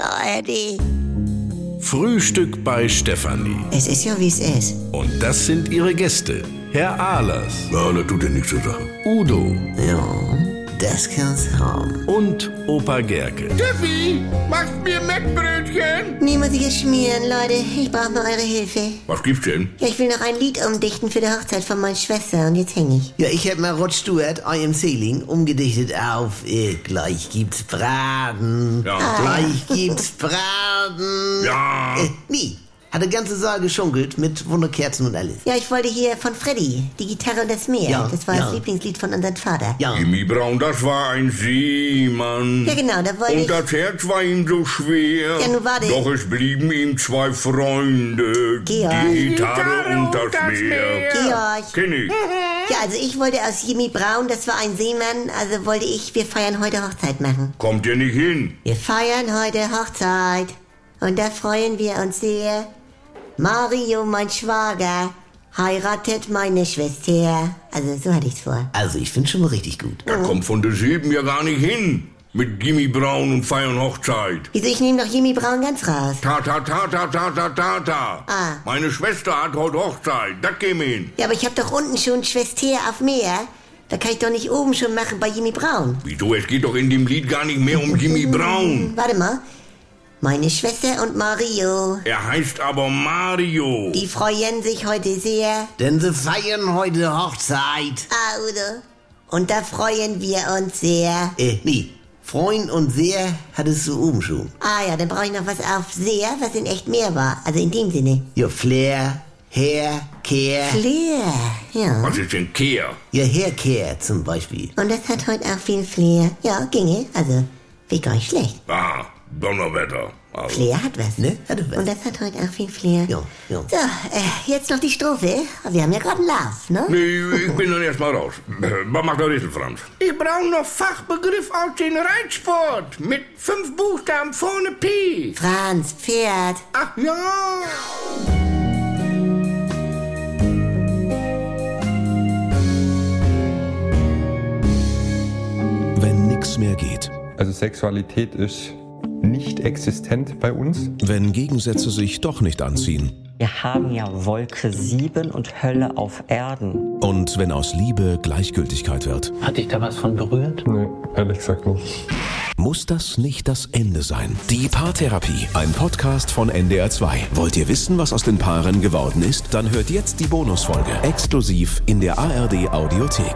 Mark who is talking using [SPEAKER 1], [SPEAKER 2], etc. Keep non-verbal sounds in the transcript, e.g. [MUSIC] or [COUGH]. [SPEAKER 1] ARD.
[SPEAKER 2] Frühstück bei Stefanie.
[SPEAKER 1] Es ist ja, wie es ist.
[SPEAKER 2] Und das sind ihre Gäste. Herr Ahlers,
[SPEAKER 3] Ja, das tut ja nichts zur Sache.
[SPEAKER 2] Udo
[SPEAKER 1] Ja, das kann's haben.
[SPEAKER 2] und Opa Gerke.
[SPEAKER 1] Niemand hier schmieren, Leute. Ich brauche mal eure Hilfe.
[SPEAKER 3] Was gibt's denn?
[SPEAKER 1] Ja, ich will noch ein Lied umdichten für die Hochzeit von meiner Schwester und jetzt hänge ich.
[SPEAKER 4] Ja, ich hab mal Rod Stewart, I am Sailing, umgedichtet auf äh, Gleich gibt's Braten,
[SPEAKER 3] Ja.
[SPEAKER 4] gleich gibt's Braten.
[SPEAKER 3] Ja.
[SPEAKER 4] Äh, nie. Hat der ganze Saal geschunkelt mit Wunderkerzen und alles.
[SPEAKER 1] Ja, ich wollte hier von Freddy, die Gitarre und das Meer.
[SPEAKER 4] Ja,
[SPEAKER 1] das war
[SPEAKER 4] ja.
[SPEAKER 1] das Lieblingslied von unserem Vater.
[SPEAKER 4] Ja,
[SPEAKER 3] Jimmy Brown, das war ein Seemann.
[SPEAKER 1] Ja, genau, da wollte
[SPEAKER 3] Und
[SPEAKER 1] ich...
[SPEAKER 3] das Herz war ihm so schwer.
[SPEAKER 1] Ja, nun warte.
[SPEAKER 3] Doch es blieben ihm zwei Freunde.
[SPEAKER 1] Georg.
[SPEAKER 3] Die Gitarre und Hm, das Meer.
[SPEAKER 1] Georg.
[SPEAKER 3] Kenn ich.
[SPEAKER 1] Ja, also ich wollte aus Jimmy Brown, das war ein Seemann, also wollte ich, wir feiern heute Hochzeit machen.
[SPEAKER 3] Kommt ihr nicht hin?
[SPEAKER 1] Wir feiern heute Hochzeit und da freuen wir uns sehr. Mario, mein Schwager, heiratet meine Schwester. Also so hatte ich's vor.
[SPEAKER 4] also ich find's schon mal richtig gut.
[SPEAKER 1] Mhm.
[SPEAKER 3] Da kommt von der Silben ja gar nicht hin. Mit Jimmy Brown und feiern Hochzeit.
[SPEAKER 1] Wieso, ich nehme doch Jimmy Brown ganz raus.
[SPEAKER 3] Ta ta ta ta ta ta ta ta.
[SPEAKER 1] Ah.
[SPEAKER 3] Meine Schwester hat heute Hochzeit. Da gehen wir hin.
[SPEAKER 1] Ja, aber ich hab doch unten schon Schwester auf Meer. Da kann ich doch nicht oben schon machen bei Jimmy Brown.
[SPEAKER 3] Wieso? Es geht doch in dem Lied gar nicht mehr um
[SPEAKER 1] [LAUGHS]
[SPEAKER 3] Jimmy Brown.
[SPEAKER 1] Warte mal. Meine Schwester und Mario,
[SPEAKER 3] Er heißt aber Mario.
[SPEAKER 1] die freuen sich heute sehr.
[SPEAKER 4] Denn sie feiern heute Hochzeit.
[SPEAKER 1] Ah, Udo. Und da freuen wir uns sehr.
[SPEAKER 4] Äh, nee. Freund und sehr hattest du oben schon.
[SPEAKER 1] Ah ja, dann brauche ich noch was auf sehr, was in echt mehr war. Also in dem Sinne.
[SPEAKER 4] Ja, Flair, Hair, Care.
[SPEAKER 1] Flair, ja.
[SPEAKER 3] Was ist denn Kehr?
[SPEAKER 4] Ja, Hair Care zum Beispiel.
[SPEAKER 1] Und das hat heute auch viel Flair. Ja, ginge. Also, wie gar nicht schlecht.
[SPEAKER 3] Ah, Donnerwetter. Also.
[SPEAKER 1] Flair hat was.
[SPEAKER 4] Ne? Hatte was.
[SPEAKER 1] Und das hat heute auch viel Flair.
[SPEAKER 4] Ja, ja.
[SPEAKER 1] So, äh, jetzt noch die Strophe. Wir haben ja gerade einen Lauf, ne?
[SPEAKER 3] Nee, ich bin dann erstmal raus. Was macht der Rissel, Franz? Ich brauche noch Fachbegriff aus dem Reitsport. Mit fünf Buchstaben vorne P.
[SPEAKER 1] Franz, Pferd.
[SPEAKER 3] Ach ja.
[SPEAKER 5] Wenn nichts mehr geht.
[SPEAKER 6] Also Sexualität ist nicht existent bei uns.
[SPEAKER 5] Wenn Gegensätze sich doch nicht anziehen.
[SPEAKER 7] Wir haben ja Wolke 7 und Hölle auf Erden.
[SPEAKER 5] Und wenn aus Liebe Gleichgültigkeit wird.
[SPEAKER 8] Hat dich da was von berührt?
[SPEAKER 6] Nee, ehrlich gesagt nicht.
[SPEAKER 5] Muss das nicht das Ende sein? Die Paartherapie, ein Podcast von NDR2. Wollt ihr wissen, was aus den Paaren geworden ist? Dann hört jetzt die Bonusfolge exklusiv in der ARD Audiothek.